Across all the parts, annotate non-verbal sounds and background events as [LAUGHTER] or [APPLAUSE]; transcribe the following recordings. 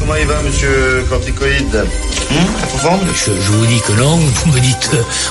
Comment il va, monsieur Corticoïde Hum, La forme Je, je vous dis que non, [LAUGHS] vous me dites,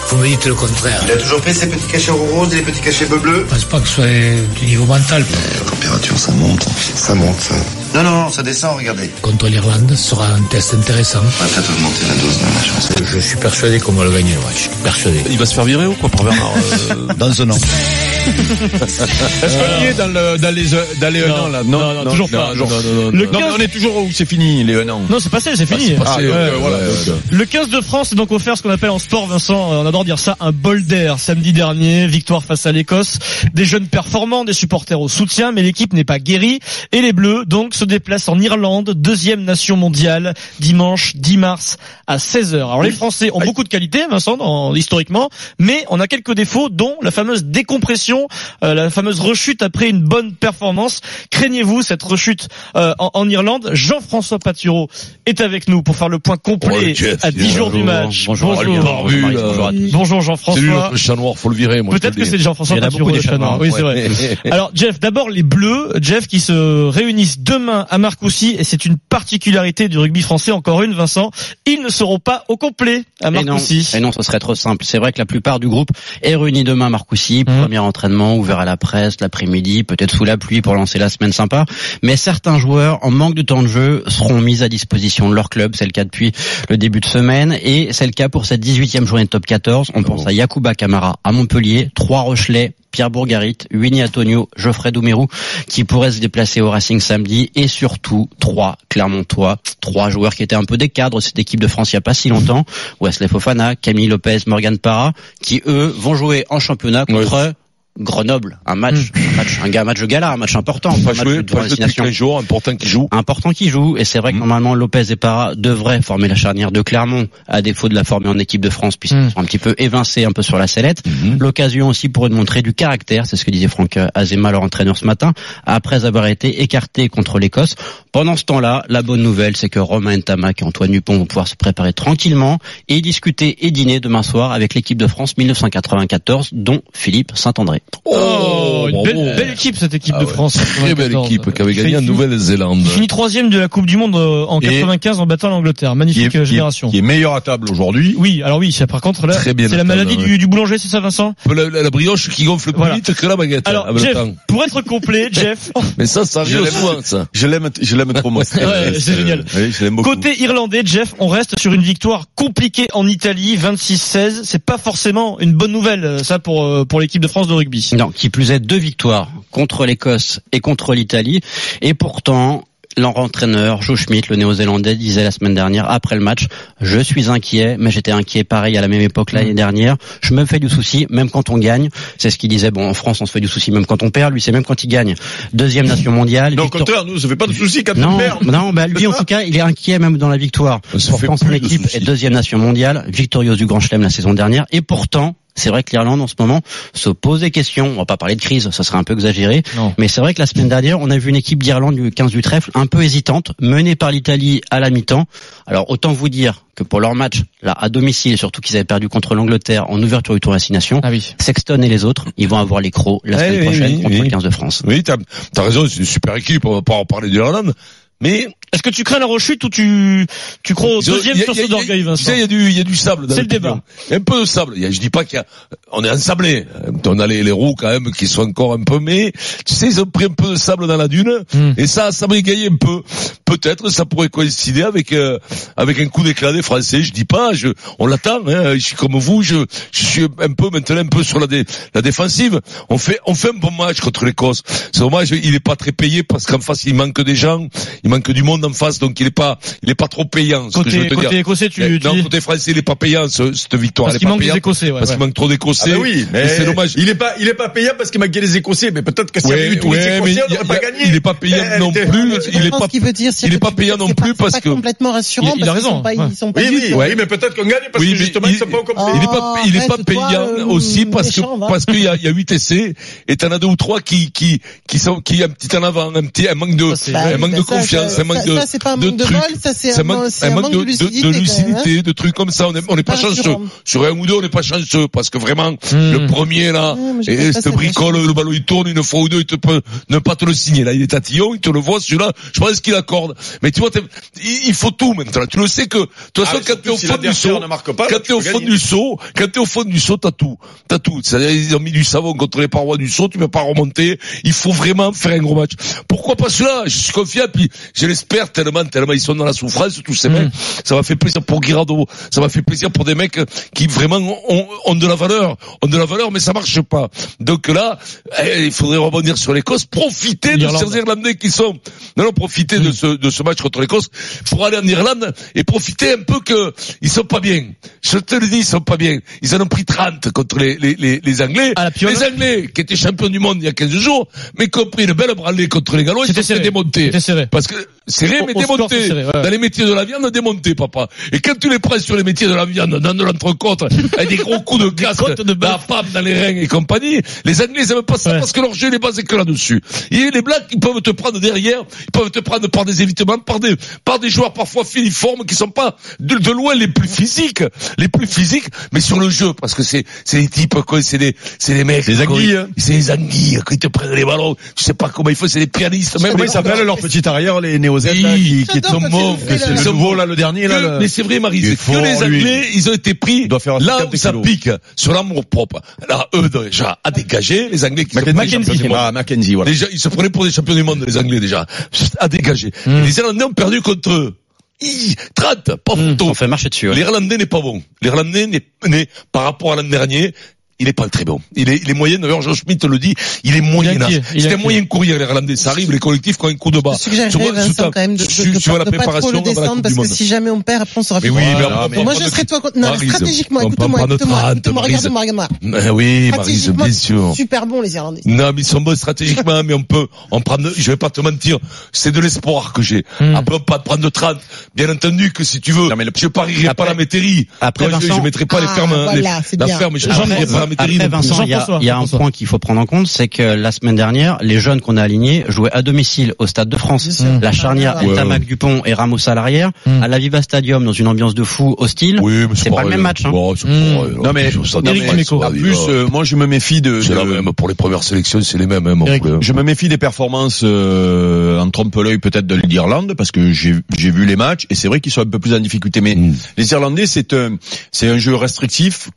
vous me dites le contraire. Il a toujours pris ses petits cachets roses et les petits cachets bleu bleus Je pense pas que ce soit du niveau mental. La température, ça monte. Ça monte, ça. Non, non, non, ça descend, regardez. Contre l'Irlande, ce sera un test intéressant. On va peut-être augmenter la dose de la chance. Je suis persuadé qu'on va le gagner le match. Persuadé. Il va se faire virer ou quoi pour Bernard euh, Dans un an. Est-ce qu'on y est dans le- dans les, euh, dans les un an, là non, non, toujours pas. toujours- Non, non, non, Le non. 15 on est toujours où c'est fini, les un an. Non, c'est passé, c'est Bah, Ah, fini. c'est passé, Ouais. donc, euh, voilà, donc, euh, Le 15 de France est donc offert ce qu'on appelle en sport, Vincent, euh, on adore dire ça, un bol d'air. Samedi dernier, victoire face à l'Écosse. Des jeunes performants, des supporters au soutien, mais l'équipe n'est pas guérie. Et les Bleus, donc, se déplacent en Irlande, deuxième nation mondiale, dimanche 10 mars à 16h. Alors les Français ont beaucoup de qualités, Vincent, dans- historiquement, mais on a quelques défauts, dont la fameuse décompression, euh, la fameuse rechute après une bonne performance. Craignez-vous cette rechute euh, en, en Irlande Jean-François Paturo est avec nous pour faire le point Oh, complet le Jeff, à il est 10 jours du match. Bonjour, Aurélien. Barbu, Bonjour, là. Bonjour C'est lui Jean-François. le chat noir, faut le virer. moi, je te Peut-être le que dis. c'est Jean-François Il y en a Paturo beaucoup le hein. des hein. chat noir. hein. chats noirs, Oui, c'est vrai. Alors Jeff, d'abord les Bleus, Jeff qui se réunissent demain à Marcoussis et c'est une particularité du rugby français encore une Vincent, ils ne seront pas au complet à Et non, Marcoussis. et non, ce serait trop simple. C'est vrai que la plupart du groupe est réuni demain à Marcoussis, Mhm. premier entraînement ouvert à la presse l'après-midi, peut-être sous la pluie pour lancer la semaine sympa. Mais certains joueurs, en manque de temps de jeu, seront mis à disposition de leur club. C'est le cas depuis le début de semaine et c'est le cas pour cette 18e journée de top 14. Ah On pense à Yacouba Camara à Montpellier, trois Rochelais, Pierre Bourgarit, Winnie Antonio, Geoffrey Doumerou qui pourraient se déplacer au Racing samedi et surtout trois Clermontois, trois joueurs qui étaient un peu des cadres de cette équipe de France il n'y a pas si longtemps, Wesley Fofana, Camille Lopez, Morgan Parra, qui eux vont jouer en championnat contre Grenoble, un match, un match, un ga- match de gala, un match important, Hmm. Pas un match de tournoi jouer, pas jouer depuis destination 15 jours, important qu'il joue. important qui joue et c'est vrai que Mm. normalement Lopez et Parra devraient former la charnière de Clermont à défaut de la former en équipe de France puisqu'ils Mm. sont un petit peu évincés un peu sur la sellette Mhm. l'occasion aussi pour eux de montrer du caractère c'est ce que disait Franck euh, Azema leur entraîneur ce matin après avoir été écarté contre l'Écosse pendant ce temps-là la bonne nouvelle c'est que Romain Tamac et Antoine Dupont vont pouvoir se préparer tranquillement et discuter et dîner demain soir avec l'équipe de France 1994 dont Philippe Saint-André Oh, une bravo. belle, belle équipe cette équipe Ah de ouais. France. Très belle 94. équipe qui avait gagné en Fini- Nouvelle-Zélande. Fini troisième de la Coupe du Monde euh, en Et- 95 en battant l'Angleterre. Qui est, Magnifique euh, qui, génération. est, qui est meilleur à table aujourd'hui. Oui, alors oui, ça, par contre là, Très bien c'est la à table, maladie ouais. du, du boulanger, c'est ça Vincent La, la- la brioche qui gonfle plus Voilà. vite que la baguette. Alors avec le Jeff, temps. pour être [LAUGHS] complet, Jeff, Mais ça, ça Je arrive l'aime. souvent, ça. Je l'aime, je l'aime trop, [LAUGHS] moi. cette- Ouais, c'est euh, génial. Oui, je l'aime beaucoup. côté irlandais, Jeff, on reste sur une victoire compliquée en Italie, 26-16. C'est pas forcément une bonne nouvelle euh, ça pour euh, pour l'équipe de France de rugby. Non, qui plus est deux victoires contre l'Écosse et contre l'Italie. Et pourtant, leur entraîneur, Joe Schmidt, le néo-zélandais, disait la semaine dernière, après le match, je suis inquiet, mais j'étais inquiet pareil à la même époque l'année dernière. Je me fais du souci, même quand on gagne. C'est ce qu'il disait, bon, en France, on se fait du souci même quand on perd. Lui, c'est même quand il gagne. Deuxième nation mondiale. Non, au victoire- contraire, nous, ça fait pas de soucis Ah, quand on non, perd. non, bah lui en tout cas, il est inquiet même dans la victoire. Ça Pourtant, fait son plus de équipe soucis. est deuxième nation mondiale, victorieuse du Grand Chelem la saison dernière, et pourtant. C'est vrai que l'Irlande en ce moment se pose des questions. On va pas parler de crise, ça serait un peu exagéré. Non. Mais c'est vrai que la semaine dernière, on a vu une équipe d'Irlande du 15 du trèfle un peu hésitante, menée par l'Italie à la mi-temps. Alors autant vous dire que pour leur match là à domicile, surtout qu'ils avaient perdu contre l'Angleterre en ouverture du tour destination, Ah oui. Sexton et les autres, ils vont avoir les crocs la Ouais, semaine Eh oui, prochaine oui, contre oui. le 15 de France. Oui, t'as t'as raison, c'est une super équipe, on va pas en parler de l'Irlande. Mais Est-ce que tu crains la rechute ou tu tu crois au Ils ont- deuxième il y a- il sursaut y a- d'orgueil Tu Vincent sais, il y a du, il y a du sable. dans C'est le le débat. pignon. Il y a un peu de sable. Il y a- Je dis pas qu'il y a, on est ensablé. On a les, les roues quand même qui sont encore un peu, mais tu sais, ils ont pris un peu de sable dans la dune. Hmm. Et ça, ça bégaye un peu. Peut-être, ça pourrait coïncider avec, euh, avec un coup d'éclat des Français. Je dis pas, je, on l'attend, hein. Je suis comme vous, je, je suis un peu, maintenant, un peu sur la, dé- la défensive. On fait, on fait un bon match contre l'Écosse. C'est dommage, il est pas très payé parce qu'en face, il manque des gens. Il manque du monde en face, donc il est pas, il est pas trop payant. ce que je veux Côté te dire. côté écossais, tu, Eh, tu non, dis côté français, il est pas payant, ce- cette victoire. parce elle est qu'il pas manque des payante, Écossais. ouais, Parce ouais. qu'il manque trop Ah d'Écossais. bah oui, Et mais c'est dommage. Il est pas, il est pas payable parce qu'il m'a gagné les Écossais, mais peut-être que s'il y Ouais, avait eu tous les ouais, mais Écossais, on il- n'aurait pas il- gagné. il est [LAUGHS] pas payant Elle non était- plus. Il Je est pense pas. qu'il veut dire, c'est il est que pas tu- payant c'est non pas- plus c'est parce pas que- complètement rassurant Il- il a parce qu'ils raison, sont pas, ouais. ils sont pas Oui, du oui, tout- oui, mais peut-être qu'on gagne parce que Oui, mais justement, il- ils sont pas au complet. Oh, Il Ah, est pas, il est pas arrête, toi, payant euh, aussi parce que méchant, va. parce qu'il y a, il y a 8 essais et t'en as deux ou trois qui qui qui sont qui un petit en avant, un petit un manque de Ça, c'est- Bah, un oui, manque bah, de ça, confiance, un manque ça, de, ça, c'est pas un de manque de trucs. bol, ça c'est ça un, man- c'est un manque de, lucidité. de quand même, hein. lucidité, de trucs comme ça. On n'est on n'est pas, pas chanceux. rassurant. Sur un ou deux, on n'est pas chanceux parce que vraiment, Hmm. le premier là, Ouais, mais je pense et pas ce que ça bricole, le ballon il tourne une fois ou deux, il te peut ne pas te le signer. Là, il est tatillon, il te le voit celui-là. Je pense qu'il accorde. Mais tu vois, t'es- il il faut tout maintenant. Tu le sais que de toute façon, quand Ah, surtout tu es au si fond du l'adversaire saut, ne marque pas, quand tu t'es au peux fond gagner. du saut, quand t'es au fond du saut, t'as tout, t'as tout. C'est-à-dire ils ont mis du savon contre les parois du saut, tu peux pas remonter. Il faut vraiment faire un gros match. Pourquoi pas cela Je suis confiant, puis je l'espère tellement, tellement ils sont dans la souffrance tous ces Mm. mecs. Ça m'a fait plaisir pour Girardeau, ça m'a fait plaisir pour des mecs qui vraiment ont, ont de la valeur, ont de la valeur, mais ça marche pas. Donc là, eh, il faudrait rebondir sur l'Écosse, profiter de L'Irlande. ces Irlandais qui sont, non, non, profiter Mm. de ce de ce match contre l'Écosse pour aller en Irlande et profiter un peu que ils sont pas bien. Je te le dis, ils sont pas bien. Ils en ont pris 30 contre les, les, les, les Anglais. À la piole. les Anglais, qui étaient champions du monde il y a 15 jours, mais qui ont pris une belle branlée contre les Gallois, ils C'était se sont fait serré. démonter. C'était serré. Parce que, serré, Au- mais au score, démonté. c'est serré, ouais. Dans les métiers de la viande, démonté, papa. Et quand tu les prends sur les métiers de la viande, dans [LAUGHS] de l'entrecôte, avec des gros coups de casque, côtes de de la femme dans les reins et compagnie, les Anglais, ils aiment pas ça Ouais. parce que leur jeu n'est basé que là-dessus. Et les Blacks, ils peuvent te prendre derrière, ils peuvent te prendre par des évitements, par des, par des joueurs parfois filiformes qui sont pas de, de loin les plus physiques, les plus physiques, mais sur le jeu, parce que c'est, c'est des types, quoi, c'est des, c'est des mecs. Des anguilles, hein. C'est des anguilles, qui te prennent les ballons, tu sais pas comment il faut, c'est des pianistes, même Comment les- ils s'appellent leur petit arrière, les néo z là, qui, qui J'adore quand sont tu mauvais, fais que la- c'est le Ils sont nouveau, là, le dernier, là. que- le- mais c'est vrai, Marie, Il est c'est fort, que les lui. Anglais, ils ont été pris Il doit faire là 50 où ça kilos. pique, sur l'amour propre. Alors, eux, déjà, à dégager, les Anglais qui se Mackenzie. prenaient champions du monde. Ah, Mackenzie, voilà. Déjà, ils se prenaient pour des champions du monde, les Anglais, déjà. Pfft, À dégager. Hmm. Et Les Irlandais ont perdu contre eux. Hi, 30, pas Hmm, photo. On fait marcher dessus. hein. ouais. L'Irlandais n'est pas bon. L'Irlandais n'est, n'est- par rapport à l'an dernier, il n'est pas très bon. Il est, il est moyen. D'ailleurs, Jean Schmitt le dit, il est moyen. inquiet, il est C'est un inquiet. moyen courrier, l'Irlandais. Ça arrive, les collectifs quand un coup de bas. Je suggérerais, Tu vois, sous ta- Vincent, quand même, de, de, tu- de tu vois pas- la de pas trop préparation le avant la Coupe descendre, du parce que Monde. si jamais on perd, après, on sera Mais oui, mais non, après, mais- on Moi, prend je notre- serais toi contre, non, Maryse, stratégiquement, on écoute-moi, prend notre écoute-moi, hâte, écoute-moi, Maryse. regarde-moi, regarde-moi. Mais oui, Marise, Stratégiquement, bien sûr. Super bon, les Irlandais. Non, mais ils sont bons stratégiquement, [LAUGHS] mais on peut en prendre, je vais pas te mentir, c'est de l'espoir que j'ai. Hmm. Après, on peut pas te prendre de 30. Bien entendu que si tu veux, Non, mais le- je parierai Après- pas la métairie. Après, Moi, je, Vincent- je mettrai pas les Ah, fermes, hein, voilà, les- c'est la bien. ferme, je Après, parierai pas la métairie. Après, non plus. Vincent, il y a, Jean-François, il y a un Jean-François. point qu'il faut prendre en compte, c'est que la semaine dernière, les jeunes qu'on a alignés jouaient à domicile au Stade de France. Bien sûr. La charnière Ouais. Hmm. est Tamac Dupont et Ramos à l'arrière. À la Viva Stadium, dans une ambiance de fou hostile. Oui, mais C'est pas le pareil. même match, hein. Bon, c'est Mm. pareil. Non, mais- Ça non, dépasse, mais- Meko. ça, En oui, plus, voilà. euh, moi, je me méfie de... c'est de- hein. Oh. la même. Pour les premières sélections, c'est les mêmes, hein, mon Eric, poulet. Je me méfie des performances euh, en trompe-l'œil peut-être de l'Irlande parce que j'ai j'ai vu les matchs et c'est vrai qu'ils sont un peu plus en difficulté. Mais Mm. les Irlandais, c'est un c'est un jeu restrictif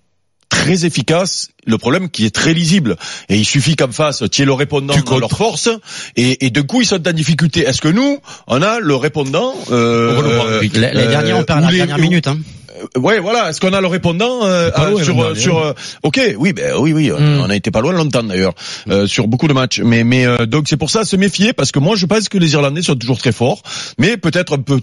très efficace. Le problème qui est très lisible et il suffit qu'en face tu aies le répondant Tu de leur force et, et de coup ils sont en difficulté. Est-ce que nous on a le répondant euh, On va le voir, Eric. Les, les euh, derniers, on perd ou la les- dernière ou- minute. Hein. Ouais, voilà. Est-ce qu'on a le répondant euh, Pas à- loin, Hmm. sur l'an euh, dernier. sur euh, Ok, oui, ben oui, oui. on- Mm. On a été pas loin longtemps d'ailleurs Mm. Hmm. euh, sur beaucoup de matchs. Mais mais euh, donc c'est pour ça se méfier parce que moi je pense que les Irlandais sont toujours très forts, mais peut-être un peu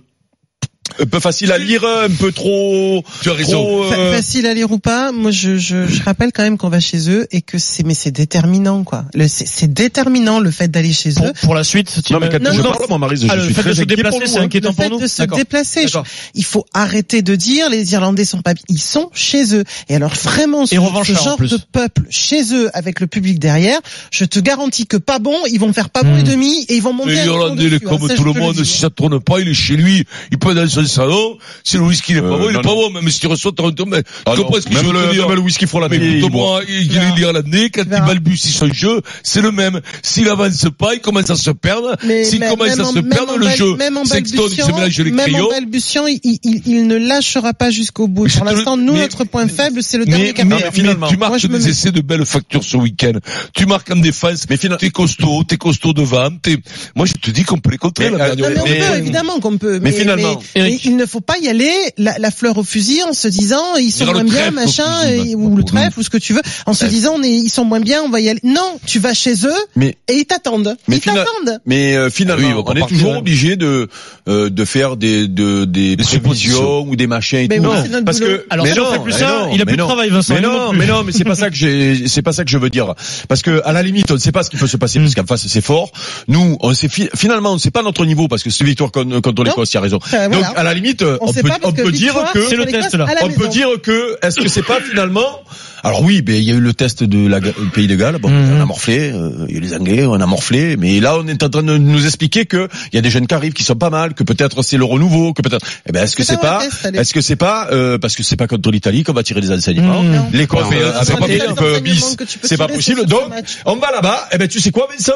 un peu facile à lire, un peu trop. Tu as raison. trop, Fa- euh, Facile à lire ou pas, moi je, je, je rappelle quand même qu'on va chez eux et que c'est mais c'est déterminant quoi. Le- C'est c'est déterminant le fait d'aller chez Pour, eux. pour la suite, tu non mais quand Non, je non, parle, moi Marise, Ah, je le suis fait très de se inquiet pour déplacer, nous, c'est hein. inquiétant le pour fait nous. de se D'accord. déplacer, D'accord. il faut arrêter de dire les Irlandais sont pas ils sont chez eux. Et alors vraiment ce, Et revanchard, ce en genre plus. de peuple chez eux avec le public derrière, je te garantis que pas bon, ils vont faire pas Hmm. bon Mm. et demi et ils vont monter. Mais à l'Irlandais, dessus, il est hein, comme ça, je tout le te monde. dis. si ça tourne pas, il est chez lui. Il peut être dans son salon. Si le whisky n'est pas Euh, bon, il est non, pas non. bon. Même si tu reçois ton retour, mais Ah tu non, comprends ce que même je veux le- te dire. même le whisky froid, la Mais pied, il boit. écoute-moi, il, il verras. est l'Irlandais. Quand Tu il verras. balbutie son jeu, c'est le même. S'il avance pas, il commence à se perdre. Mais S'il même- commence à même en- se même en perdre, le bal- jeu, même en Sexton, il se balbutiant, mélange les Même en crayons. balbutiant, il, il- il- il ne lâchera pas jusqu'au bout. Mais je Pour te le- l'instant, nous, mais- notre point faible, c'est le Mais, dernier mais- quart mais d'heure. finalement, tu moi, marques je me des mets- essais de belles factures ce week-end. Tu marques en défense. Mais finalement, t'es costaud, t'es costaud devant. T'es... Moi, je te dis qu'on peut les contrer. Mais, la euh, dernière Non, mais on Mais- peut, évidemment qu'on peut. mais finalement, mais- mais Eric. il ne faut pas y aller la, la fleur au fusil en se disant ils sont Dira le moins bien, trèfle au machin, bah, fusil, et- maintenant. ou le trèfle, ou ce que tu veux, en se Trèfle. disant on est- ils sont moins bien, on va y aller. Non, tu vas chez eux Mais- et ils t'attendent. Mais Ils fina- t'attendent. Mais euh, finalement, Oui, on va pas on est partir, toujours hein. obligé de euh, de faire des de, des, prévisions suppositions. ou des machins et Mais tout. oui, c'est notre parce boulot. que Alors, mais si on non, fait plus mais ça, non, il a plus mais de non. travail, Vincent, Mais lui non non, plus. mais non, mais c'est pas ça que j'ai, c'est pas ça que je veux dire. Parce que à la limite, on ne sait pas ce qui peut se passer Mm. parce qu'en face c'est fort. Nous, on sait fi- finalement, on ne sait pas notre niveau parce que c'est victoire contre, contre l'Écosse, il y a raison. Enfin, Ben Donc voilà. à à la limite, euh, On on, sait peut, pas parce on que peut dire Victoire, que C'est le l'Écosse test, là. à la on peut maison. dire que est-ce que c'est pas finalement alors oui ben il y a eu le test de la Ga- le pays de Galles bon Mhm. on a morflé euh, il y a eu les Anglais on a morflé mais là on est en train de nous expliquer que il y a des jeunes qui arrivent qui sont pas mal que peut-être c'est le renouveau que peut-être eh ben est-ce que C'est c'est pas pas un test, allez. est-ce que c'est pas euh, parce que c'est pas contre l'Italie qu'on va tirer des enseignements Mhm. Non. les Ouais, mais euh, ça avec sera un pas pays les un peu enseignements bis, que tu peux c'est pas tirer possible sur ce donc match. on va là-bas et ben tu sais quoi Vincent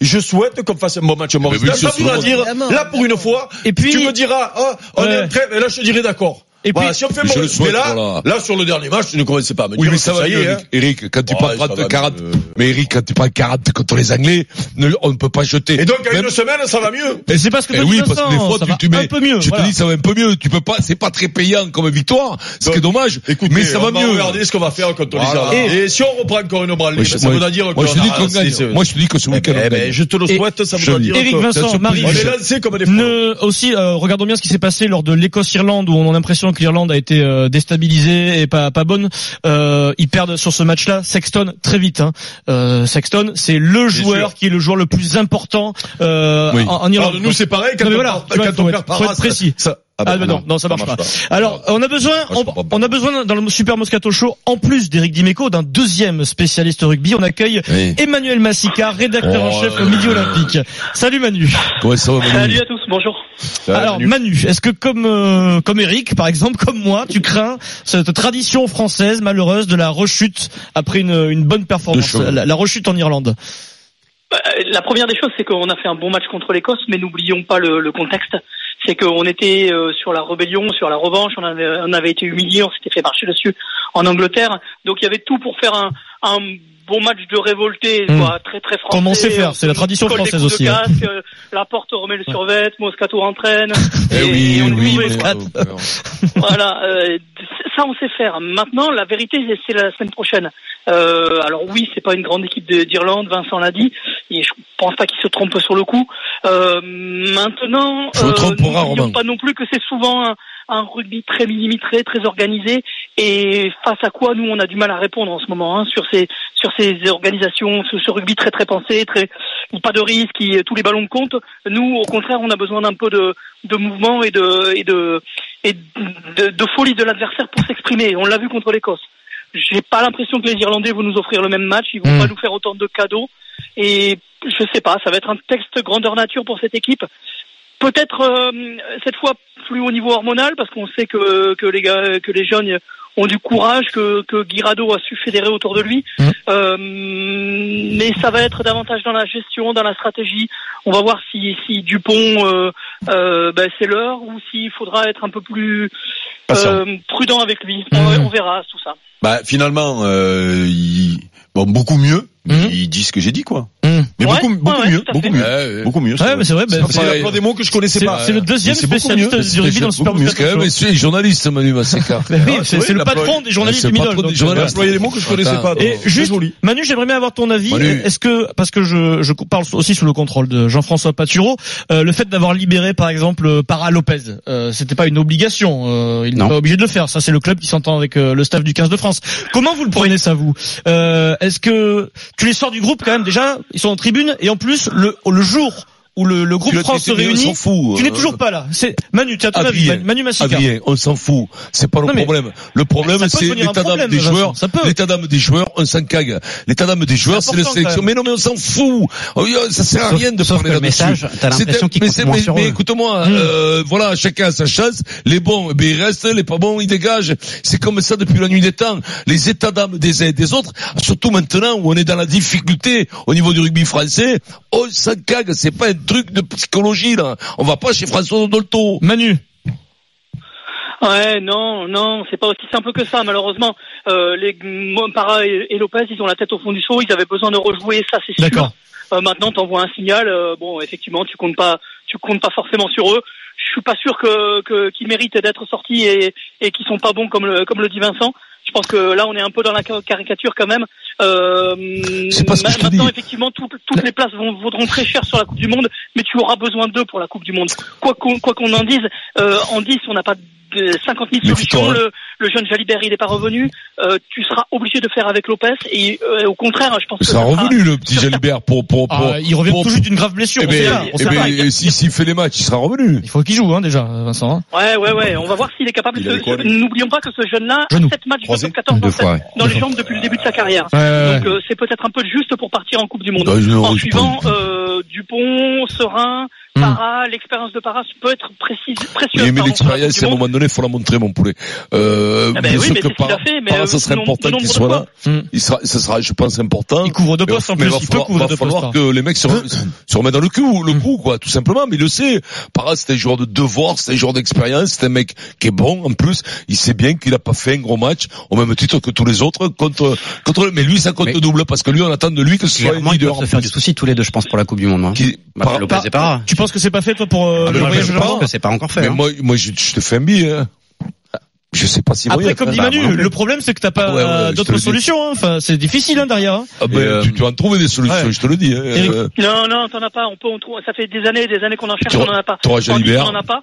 je souhaite qu'on fasse un bon match au Montréal oui, ce Ça voudra soir. dire Évidemment, là pour une évidemment. fois Et puis- tu me diras oh, on Ouais. est prêt et là je te dirai d'accord Et voilà, puis- si on fait Mais mon je le souhaite, mais là, voilà. là sur le dernier match, tu ne commençais pas à me Oui, dire mais ça, que va, y mieux, est, hein. Eric. Eric, quand tu Ouais, prends ça 30, va 40, mieux. mais Eric, quand tu prends 40 contre les Anglais, ne- on ne peut pas jeter. Et donc euh, à Même- une semaine, ça va mieux. Mais c'est parce que Eh toi, oui, tu le parce que des sens, fois, ça tu, va tu mets, un peu mieux. tu voilà. te dis, ça va un peu mieux. Tu peux pas, c'est pas très payant comme victoire. Ce qui est dommage. mais ça va on mieux. Regardez ce qu'on va faire contre les Voilà. Arabes. Et si on reprend encore une branlée, Moi, ben, je- ça moi, voudra dire moi, je te qu'on dis a- qu'on gagne. c'est- Moi, je te dis que ce Eh week-end, on ben, gagne. je te le Et- souhaite, ça je voudra le dis. dire Eric que- Vincent, Marie, on est je- lancé comme des fous. Ne, aussi, euh, regardons bien ce qui s'est passé lors de l'Écosse-Irlande, où on a l'impression que l'Irlande a été euh, déstabilisée et pas pas bonne. Euh, ils perdent sur ce match-là. Sexton très vite. Hein. Euh, Sexton, c'est le joueur qui est le joueur le plus important euh, Oui. en, en Irlande. Alors, nous, c'est pareil, quand Non, mais on voilà, perd- tu vois, quand faut on être- perd par faut être race, précis. ça- Ah, bah, ben non, non, ça marche pas. Alors, on a besoin, je on, comprends pas. on a besoin dans le Super Moscato Show, en plus d'Éric Dimeco, d'un deuxième spécialiste rugby. On accueille Oui. Emmanuel Massica, rédacteur en chef au Midi Olympique. Salut Manu. Comment ça va, Manu Salut à tous, bonjour. Alors Manu, est-ce que comme euh, comme Eric, par exemple, comme moi, tu crains cette tradition française malheureuse de la rechute après une, une bonne performance, cheveux. la, la rechute en Irlande Bah, euh, La première des choses, c'est qu'on a fait un bon match contre l'Écosse, mais n'oublions pas le, le contexte. C'est qu'on était euh, sur la rébellion, sur la revanche, on avait, on avait été humilié, on s'était fait marcher dessus en Angleterre. Donc il y avait tout pour faire un, un bon match de révolté, Mm. quoi, très très français. Comme on sait faire, On c'est la tradition colle des française coups de aussi, hein. casque, euh, la porte remet le survêt, Moscato entraîne. Eh oui, on est oui, sauvés, Ah, bah, oui. quoi. Voilà, euh, ça on sait faire. Maintenant, la vérité, c'est la semaine prochaine. Euh, alors oui, c'est pas une grande équipe de- d'Irlande, Vincent l'a dit, et je pense pas qu'il se trompe sur le coup. Euh, maintenant, euh, Je me trompe pour un, n'oublions Romain. pas non plus que c'est souvent un, un rugby très millimétré, très organisé, et face à quoi nous on a du mal à répondre en ce moment hein, sur ces sur ces organisations, ce, ce rugby très très pensé, très pas de risque, qui- tous les ballons comptent. Nous, au contraire, on a besoin d'un peu de de mouvement et de et de et de, de folie de l'adversaire pour s'exprimer. On l'a vu contre l'Écosse. J'ai pas l'impression que les Irlandais vont nous offrir le même match. Ils vont Mm. pas nous faire autant de cadeaux. Et je sais pas, ça va être un texte grandeur nature pour cette équipe. Peut-être euh, cette fois plus au niveau hormonal parce qu'on sait que que les gars, que les jeunes ont du courage que que Guirado a su fédérer autour de lui. Mmh. Mm. Euh, mais ça va être davantage dans la gestion, dans la stratégie. On va voir si si Dupont euh, euh, ben, c'est l'heure ou s'il faudra être un peu plus Patient. Mmh. euh, prudent avec lui. On, on verra tout ça. Bah finalement, euh, ils... bon beaucoup mieux. mais Mhm. Ils disent ce que j'ai dit quoi. Mhm. Mais Ouais, beaucoup, beaucoup ouais, mieux, tout à beaucoup fait. mieux, Ouais, ouais. beaucoup mieux. c'est Ouais, vrai. mais c'est vrai. ben, C'est pareil. encore des mots que je connaissais c'est- pas. c'est le deuxième Mais c'est beaucoup spécialiste mieux. du rugby dans le Super beaucoup mieux. Parce que, Moscato ouais, Show. mais c'est journaliste, Manu Massacre. [LAUGHS] Ben oui, Ah, c'est oui, c'est le la patron des journalistes C'est du le Minol. patron des donc, J'ai journalistes. voilà. employé des mots que je connaissais Attends. pas. Et donc, juste, c'est joli. Manu, j'aimerais bien avoir ton avis. Manu. Est-ce que, parce que je, je parle aussi sous le contrôle de Jean-François Patureau, euh, le fait d'avoir libéré par exemple euh, Para Lopez, euh, c'était pas une obligation. euh, il n'est Non. pas obligé de le faire. Ça, c'est le club qui s'entend avec euh, le staff du 15 de France. Comment vous le prenez ça, vous Euh, Est-ce que tu les sors du groupe quand même déjà Ils sont en tribune et en plus le, le jour où le, le groupe Tu l'as France se traité, mais on réunit, s'en fout. tu n'es Euh, toujours pas là. C'est Manu, tu as ton avis, Adrien, Man- Manu Massica. Adrien, on s'en fout. C'est pas le Non, mais- problème. Le problème, Ça peut c'est devenir un l'état d'âme problème, des Vincent, joueurs. ça peut. L'état d'âme des joueurs, on s'en cague. L'état d'âme des joueurs, C'est c'est la important, sélection. quand Mais non, mais on s'en fout. Oh, yeah, Ça sert à Sauf- rien de sauf parler que le là-dessus. message, t'as C'est- l'impression qu'il mais coûte c'est- moins mais- sur mais eux. écoute-moi, Mm. euh, voilà, chacun a sa chasse. Les bons, eh ben, ils restent. Les pas bons, ils dégagent. C'est comme ça depuis la nuit des temps. Les états d'âme des uns et des autres, surtout maintenant où on est dans la difficulté au niveau du rugby français, on s'en cague. C'est pas un truc de psychologie, là. On va pas chez François Dolto. Manu, Ouais, non, non, c'est pas aussi simple que ça, malheureusement. Euh, les Montpara et, et Lopez, ils ont la tête au fond du seau, ils avaient besoin de rejouer, ça c'est sûr. d'accord. Euh, maintenant, t'envoies un signal. euh, bon, effectivement, tu comptes pas, tu comptes pas forcément sur eux. Je suis pas sûr que que- qu'ils méritent d'être sortis et et qu'ils sont pas bons comme le comme le dit Vincent. Je pense que là, on est un peu dans la ca- caricature quand même. Euh, C'est pas ce que je te maintenant, dis. effectivement, toutes toutes les places vont, vaudront très cher sur la Coupe du Monde, mais tu auras besoin d'eux pour la Coupe du Monde. Quoi qu'on quoi qu'on en dise, euh, en 10, on n'a pas de 50 000 Mais solutions. putain, Le, le jeune Jalibert, il n'est pas revenu. Euh, tu seras obligé de faire avec Lopez. Et euh, au contraire, je pense que Ça a sera- revenu le petit Jalibert pour pour pour. Ah, il revient pour- tout juste d'une grave blessure. Eh on sait pas, ben, on eh sait pas. ben, si s'il fait les matchs, il sera revenu. Il faut qu'il joue hein, déjà, Vincent. hein. Ouais, ouais, ouais. On va voir s'il est capable. Il de- avait quoi, lui N'oublions pas que ce jeune-là a Genou. 7 matchs de Croisé top 14 dans, Deux sa- fois, ouais. dans les jambes depuis le début de sa carrière. Donc euh, c'est peut-être un peu juste pour partir en Coupe du Monde. Bah, Ah, je- en je- suivant euh, Dupont, Serin, Hmm. Parra, l'expérience de Parra peut être précise, précieuse. Oui, mais pardon, l'expérience, sur à la un Coupe du Monde. moment donné, il faut la montrer, mon poulet. Euh, Ah ben bien oui, sûr mais que c'est ce qu'il par, a fait, mais, par- euh, ça serait de important nombreux qu'il soit là. fois. Mm. Il sera, ça sera, je pense, important. Il couvre deux postes en Mais plus. va Il peut falloir- couvrir deux va postes. falloir hein. que les mecs se, rem- [CLEARS THROAT] se remettent dans le coup, le coup, quoi, tout simplement. Mais il le sait. Parra, c'est un joueur de devoir, c'est un joueur d'expérience, c'est un mec qui est bon, en plus. Il sait bien qu'il a pas fait un gros match, au même titre que tous les autres, contre, contre, mais lui, ça compte Mais- double, parce que lui, on attend de lui que ce soit un Clairement, ils leader. doivent se faire du souci tous les deux, je pense, pour la Coupe du Monde. hein. Qui, Bah, Parra- Lopez et Parra. Tu penses que c'est pas fait toi pour euh, le Ah, mais non, mais voyage je de l'Europe pense. que c'est pas encore fait. mais hein. moi, moi, je, je te fais un billet, hein. Je sais pas si vous Après, voyez. comme dit bah, Manu, ouais. le problème c'est que t'as pas Ouais, ouais, euh, je te d'autres le dis. solutions. hein. Enfin, c'est difficile hein, derrière. hein. Ah ben, Et, euh, tu, tu vas en trouver des solutions, ouais. je te le dis. Hein. Eric- Euh, Non, non, t'en as pas. On peut, on trouve, ça fait des années, des années qu'on en cherche, Tu on en a pas. t'auras On dit qu'on Jalibert. en a pas.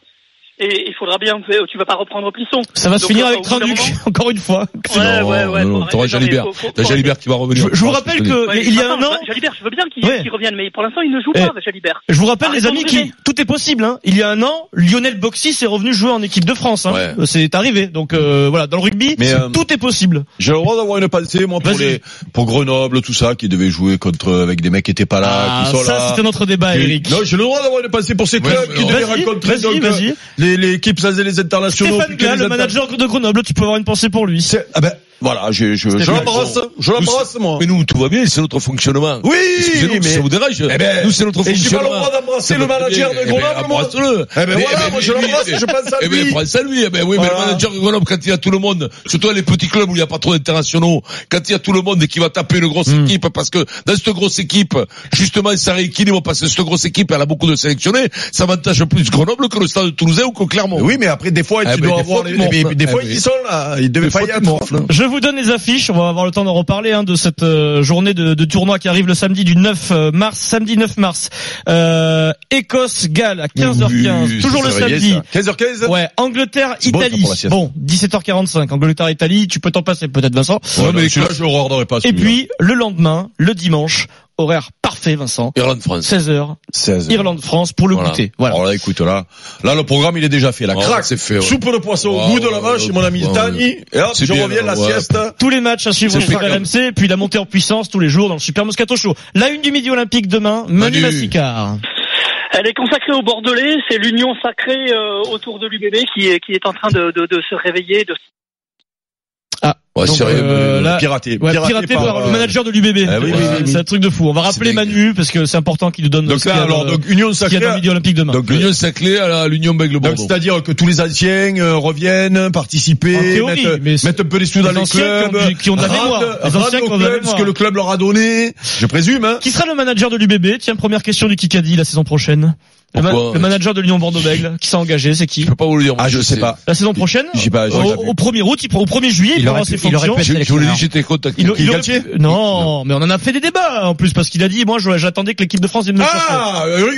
Et il faudra bien. Tu vas pas reprendre Plisson. Ça va se Donc, finir euh, avec au bout d'un Traduc, moment- [LAUGHS] encore une fois. Ouais, ouais, ouais. non, non, faudra- T'auras non, mais Jalibert. faut- faut- T'as Jalibert qui va Je, revenir. je vous Ah, rappelle te le dis. que Ouais, il y a un attends, an, Jalibert, je veux bien qu'il Ouais. qu'il revienne, mais pour l'instant, il ne joue Eh. pas, Jalibert. je vous rappelle les Arrêtons amis de qui rêver. tout est possible. Hein. Il y a un an, Lionel Boxy s'est revenu jouer en équipe de France. Hein. C'est arrivé. Donc euh, voilà, dans le rugby, Mais, euh, tout est possible. J'ai le droit d'avoir une pensée, moi, pour Vas-y. les, pour Grenoble, tout ça, qui devait jouer contre, avec des mecs qui étaient pas là, Ah, qui sont ça là. c'était notre débat, Et- Eric. Non, j'ai le droit d'avoir une pensée pour ces clubs mais qui non. devaient Vas-y, rencontrer vas-y, donc, euh, vas-y. les, les équipes et les internationaux. Stéphane plus que Gall, les le inter- manager de Grenoble, tu peux avoir une pensée pour lui. C'est- Ah ben, voilà, je, je, je Stéphane l'embrasse, je l'embrasse, moi. Mais nous, tout va bien, c'est notre fonctionnement. Oui, Excusez-nous, si ça vous dérange. Eh ben, nous, c'est notre Et j'ai pas le fonctionnement. droit d'embrasser Ça le va très manager bien. de Eh ben, Grenoble, moi. embrasse-le. Eh ben Mais- voilà, mais- moi je mais- l'embrasse, je pense à Eh ben, lui. prends ça lui. Eh ben, oui, mais Voilà. le manager de Grenoble, quand il y a tout le monde, surtout dans les petits clubs où il n'y a pas trop d'internationaux, quand il y a tout le monde et qui va taper une grosse Hmm. équipe, parce que dans cette grosse équipe, justement, ça rééquilibre, parce que cette grosse équipe, elle a beaucoup de sélectionnés, ça avantage plus Grenoble que le stade de Toulousain ou que Clermont. Oui, mais après, des fois, Eh tu ben, dois des avoir fois, les, tu mais- morfles. des fois, Eh ils ben. sont là, ils devaient Des pas fois, y tu être. morfles. Je vous donne les affiches, on va avoir le temps d'en reparler hein, de cette euh, journée de, de tournoi qui arrive le samedi du 9 mars, samedi 9 mars. Euh, Écosse Galles à 15h15, Oui, toujours le Ça réveillait, samedi. ça. 15h15. Ouais, Angleterre C'est bon, ça, Italie. pour la sieste. Bon, 17h45, Angleterre Italie, tu peux t'en passer peut-être Vincent. Ouais, mais hein. celui-là, je le regarderai pas. Et celui-là. puis le lendemain, le dimanche, horaire parfait Vincent, Irlande-France. 16h 16. Irlande France pour le Voilà. goûter. Voilà. Alors Oh là, écoute, là, là, le programme, il est déjà fait. La Oh, craque, c'est fait, ouais. Soupe de poisson Oh, au goût de la vache, ouais, et mon ami ouais, Tani. Et hop, C'est je bien, reviens, la ouais. sieste. Tous les matchs à suivre C'est sur pas grave. RMC, puis la montée en puissance tous les jours dans le Super Moscato Show. La une du midi olympique demain, Manu Manu. Massicard. Ah, Elle est consacrée au Bordelais, c'est l'union sacrée euh, autour de l'UBB qui est, qui est en train de, de, de se réveiller, de Ouais, Donc, c'est rien, euh, mais- là- Piraté. Ouais, piraté, par, le euh, manager de l'UBB. Ah oui, oui, C'est- oui, C'est un truc de fou. On va rappeler C'est dingue. Manu parce que c'est important qu'il nous donne Donc ce qu'il y là, a alors, dans- donc, Union ce qu'il y a dans le Sacrée. midi olympique demain. Donc, L'Union Saclay à la- l'Union Donc, Bègle-Bordeaux. c'est-à-dire que tous les anciens euh, reviennent, En participer, théorie, mais mettent, c'est- mettent un peu les sous les dans les anciens qui ont clubs, du- qui ont de la rendent- mémoire. Les rendent anciens au qui ont de la club ce mémoire. que le club leur a donné, je présume. Hein. qui sera le manager de l'UBB Tiens, première question du Kikadi la saison prochaine. Le, Pourquoi le manager de Lyon bordeaux bègles qui s'est engagé, c'est qui Je peux pas vous le dire. Ah, je sais pas. La saison prochaine J'ai pas- j'ai Au, pas vu. au 1er août, il prend- au 1er juillet, il, Il prendra aurait ses pu- il aurait fonctions. pu être Je, je vous l'ai sélectionneur. dit, j'étais contacté. Il, il aurait- Galtier non, mais on en a fait des débats en plus parce qu'il a dit moi je- j'attendais que l'équipe de France vienne me chercher. Ah, Urios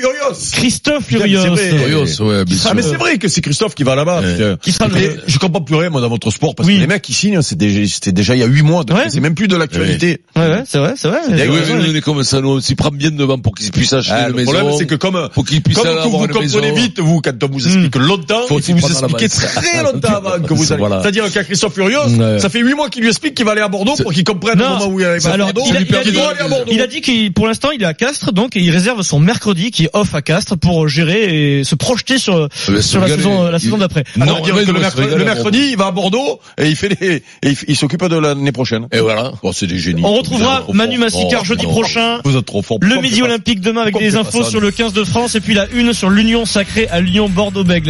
Christophe Putain, mais c'est Furios vrai. Curios, ouais, Ah sera bien sûr. mais c'est vrai que c'est Christophe qui va là-bas. Ouais. putain. qui sera Mais le Euh, je comprends plus rien moi dans votre sport parce Ah, Oui. que les mecs qui signent c'est déjà c'était déjà il y a huit mois donc Ouais. c'est même plus de l'actualité. Ouais ouais, c'est vrai, c'est vrai. Eh oui, mais Ouais. nous, on est comme ça, nous, on s'y prend bien devant pour qu'ils puissent acheter Ah, le une maison. problème c'est que comme Pour qu'ils puissent comme aller vous, vous avoir une maison. comprenez vite vous quand on Hmm. vous explique longtemps, Faut il faut aussi vous prendre la expliquer base. très [LAUGHS] longtemps avant que vous allez. Voilà. C'est-à-dire qu'à Christophe Furios, Ouais. ça fait huit mois qu'il lui explique qu'il va aller à Bordeaux pour qu'il comprenne le Non. moment où il va à Alors, Bordeaux. il a- il a qu'il dit- doit aller à Bordeaux. Il a dit qu'il, pour l'instant, il est à Castres, donc il réserve son mercredi qui est off à Castres pour gérer et se projeter sur va euh, se sur la régaler. saison la Il- saison d'après. Non, Alors, dire il que va le se mercredi, régaler le à mercredi, il va à Bordeaux et il fait les, et il, il s'occuppe de l'année prochaine. Et oh, voilà. Bon, c'est des génies. On retrouvera Vous êtes Manu trop forts. Oh, Massicard jeudi Non. prochain. Vous êtes trop fort. Le midi olympique demain avec Pourquoi des on fait pas infos ça, sur le 15 de France et puis la une sur l'Union sacrée à Lyon Bordeaux-Bègle.